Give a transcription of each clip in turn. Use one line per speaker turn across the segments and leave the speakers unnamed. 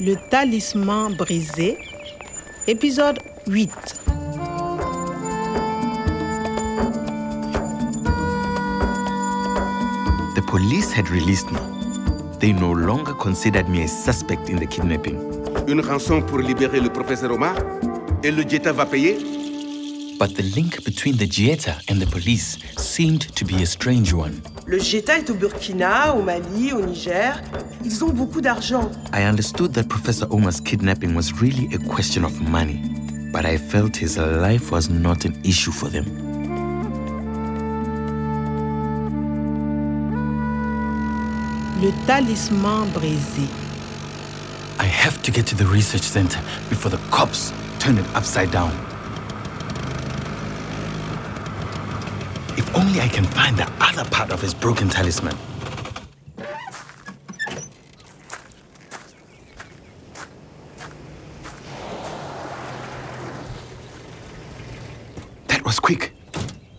Le talisman brisé, épisode 8.
The police had released me. They no longer considered me a suspect in the kidnapping.
Une rançon pour libérer le professeur Omar Et le Dieta va payer
But the link between the Dieta and the police seemed to be a strange one.
Le Jetta est au Burkina, au Mali, au Niger. Ils ont beaucoup d'argent.
I understood that Professor Omar's kidnapping was really a question of money, but I felt his life was not an issue for them.
Le talisman brisé.
I have to get to the research center before the cops turn it upside down. If only I can find the other part of his broken talisman. That was quick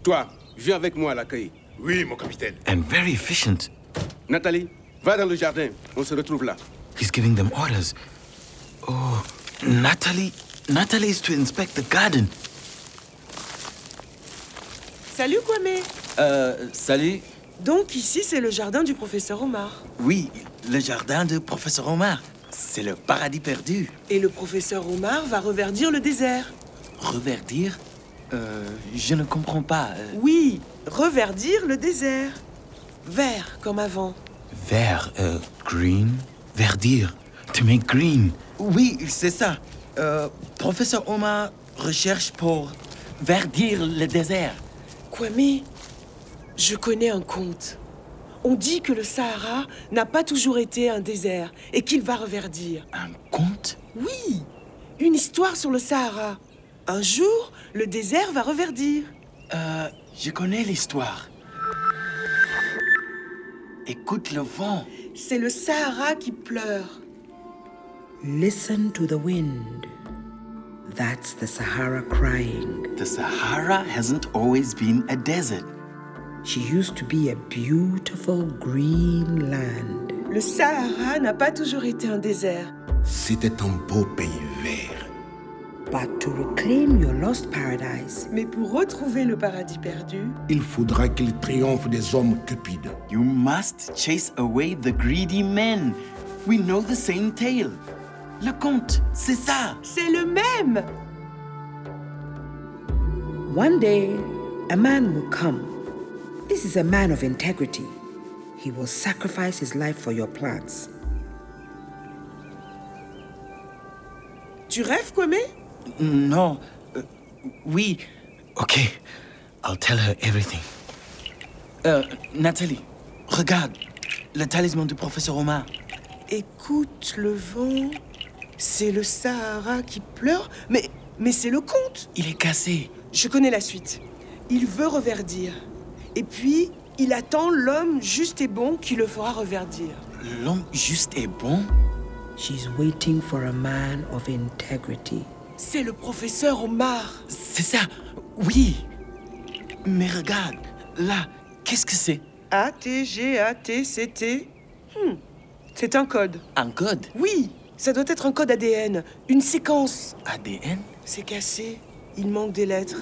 Toi, viens avec moi à l'accueil.
Oui, mon capitaine.
and very efficient.
Nathalie, va dans le jardin. On se retrouve là.
He's giving them orders. Oh, Natalie. Natalie is to inspect the garden.
Salut Kwame
Euh, salut.
Donc ici, c'est le jardin du professeur Omar.
Oui, le jardin de professeur Omar. C'est le paradis perdu.
Et le professeur Omar va reverdir le désert.
Reverdir Euh, je ne comprends pas. Euh,
Oui, reverdir le désert. Vert comme avant.
Vert, uh,
euh,
green. Verdir. To make green.
Oui, c'est ça. Euh, professeur Omar recherche pour verdir le désert.
Kwame, je connais un conte. On dit que le Sahara n'a pas toujours été un désert et qu'il va reverdir.
Un conte
Oui, une histoire sur le Sahara. Un jour, le désert va reverdir.
Euh, je connais l'histoire. Écoute le vent.
C'est le Sahara qui pleure.
Listen to the wind. That's the Sahara crying.
The Sahara hasn't always been a desert.
She used to be a beautiful green land.
Le Sahara n'a pas toujours été un désert.
C'était un beau pays vert.
But to reclaim your lost paradise,
Mais pour retrouver le paradis perdu,
Il faudra qu'il triomphe des hommes cupides.
You must chase away the greedy men. We know the same tale. Le conte, c'est ça.
c'est le même.
one day a man will come. This is a man of integrity. He will sacrifice his life for your plans.
Tu rêves, Kwame
Non, euh, oui.
uh, Okay, I'll tell her everything.
Euh, Nathalie, regarde. Le talisman du professeur Omar.
Écoute le vent. C'est le Sahara qui pleure. Mais, mais c'est le conte.
Il est cassé.
Je connais la suite. Il veut reverdir. Et puis, il attend l'homme juste et bon qui le fera reverdir.
L'homme juste et bon.
She's waiting for a man of integrity.
C'est le professeur Omar.
C'est ça. Oui. Mais regarde, là, qu'est-ce que c'est
A, T, G, A, T, C, T. Hmm. C'est un code.
Un code
Oui, ça doit être un code ADN. Une séquence.
ADN
C'est cassé. Il manque des lettres.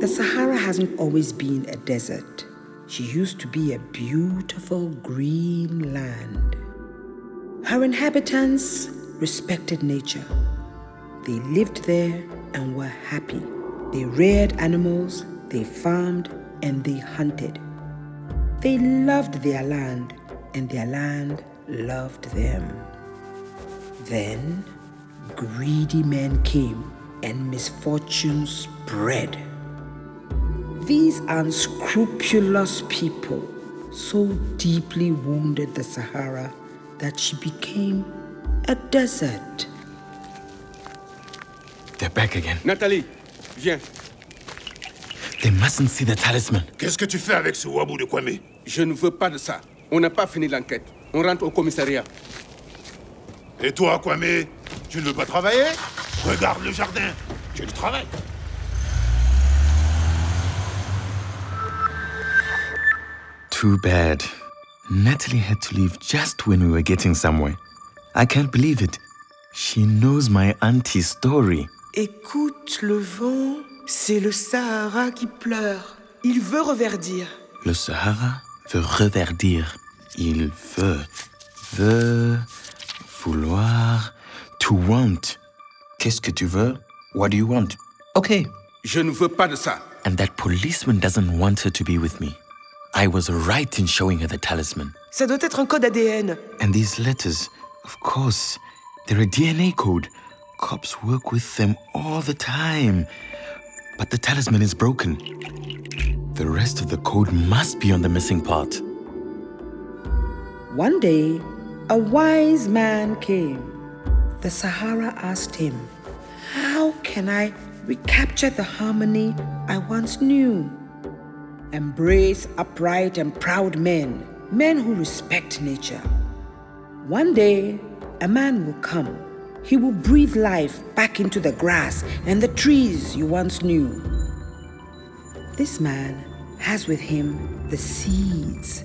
The Sahara hasn't always been a desert. She used to be a beautiful green land. Her inhabitants respected nature. They lived there and were happy. They reared animals, they farmed, and they hunted. They loved their land, and their land loved them. Then, greedy men came, and misfortune spread. These unscrupulous people so deeply wounded the Sahara that she became a desert.
They're back again.
Nathalie, viens.
They mustn't see the talisman.
Qu'est-ce que tu fais avec ce wabou de Kwame
Je ne veux pas de ça. On n'a pas fini l'enquête. On rentre au commissariat.
Et toi, Kwame Tu ne veux pas travailler Regarde le jardin. J'ai du travail.
Too bad. Natalie had to leave just when we were getting somewhere. I can't believe it. She knows my auntie's story.
Écoute le vent, c'est le Sahara qui pleure. Il veut reverdir.
Le Sahara veut reverdir. Il veut, veut, vouloir, to want. Qu'est-ce que tu veux? What do you want? Okay.
Je ne veux pas de ça.
And that policeman doesn't want her to be with me. I was right in showing her the talisman.
Ça doit être un code ADN.
And these letters, of course, they're a DNA code. Cops work with them all the time. But the talisman is broken. The rest of the code must be on the missing part.
One day, a wise man came. The Sahara asked him, How can I recapture the harmony I once knew? Embrace upright and proud men, men who respect nature. One day, a man will come. He will breathe life back into the grass and the trees you once knew. This man has with him the seeds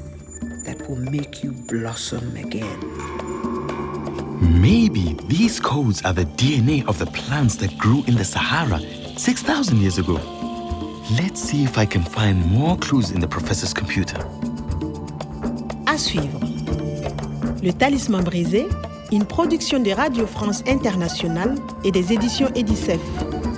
that will make you blossom again.
Maybe these codes are the DNA of the plants that grew in the Sahara 6,000 years ago. Let's see if I can find more clues in the professor's computer.
À suivre. Le talisman brisé, une production de Radio France Internationale et des éditions Edicef.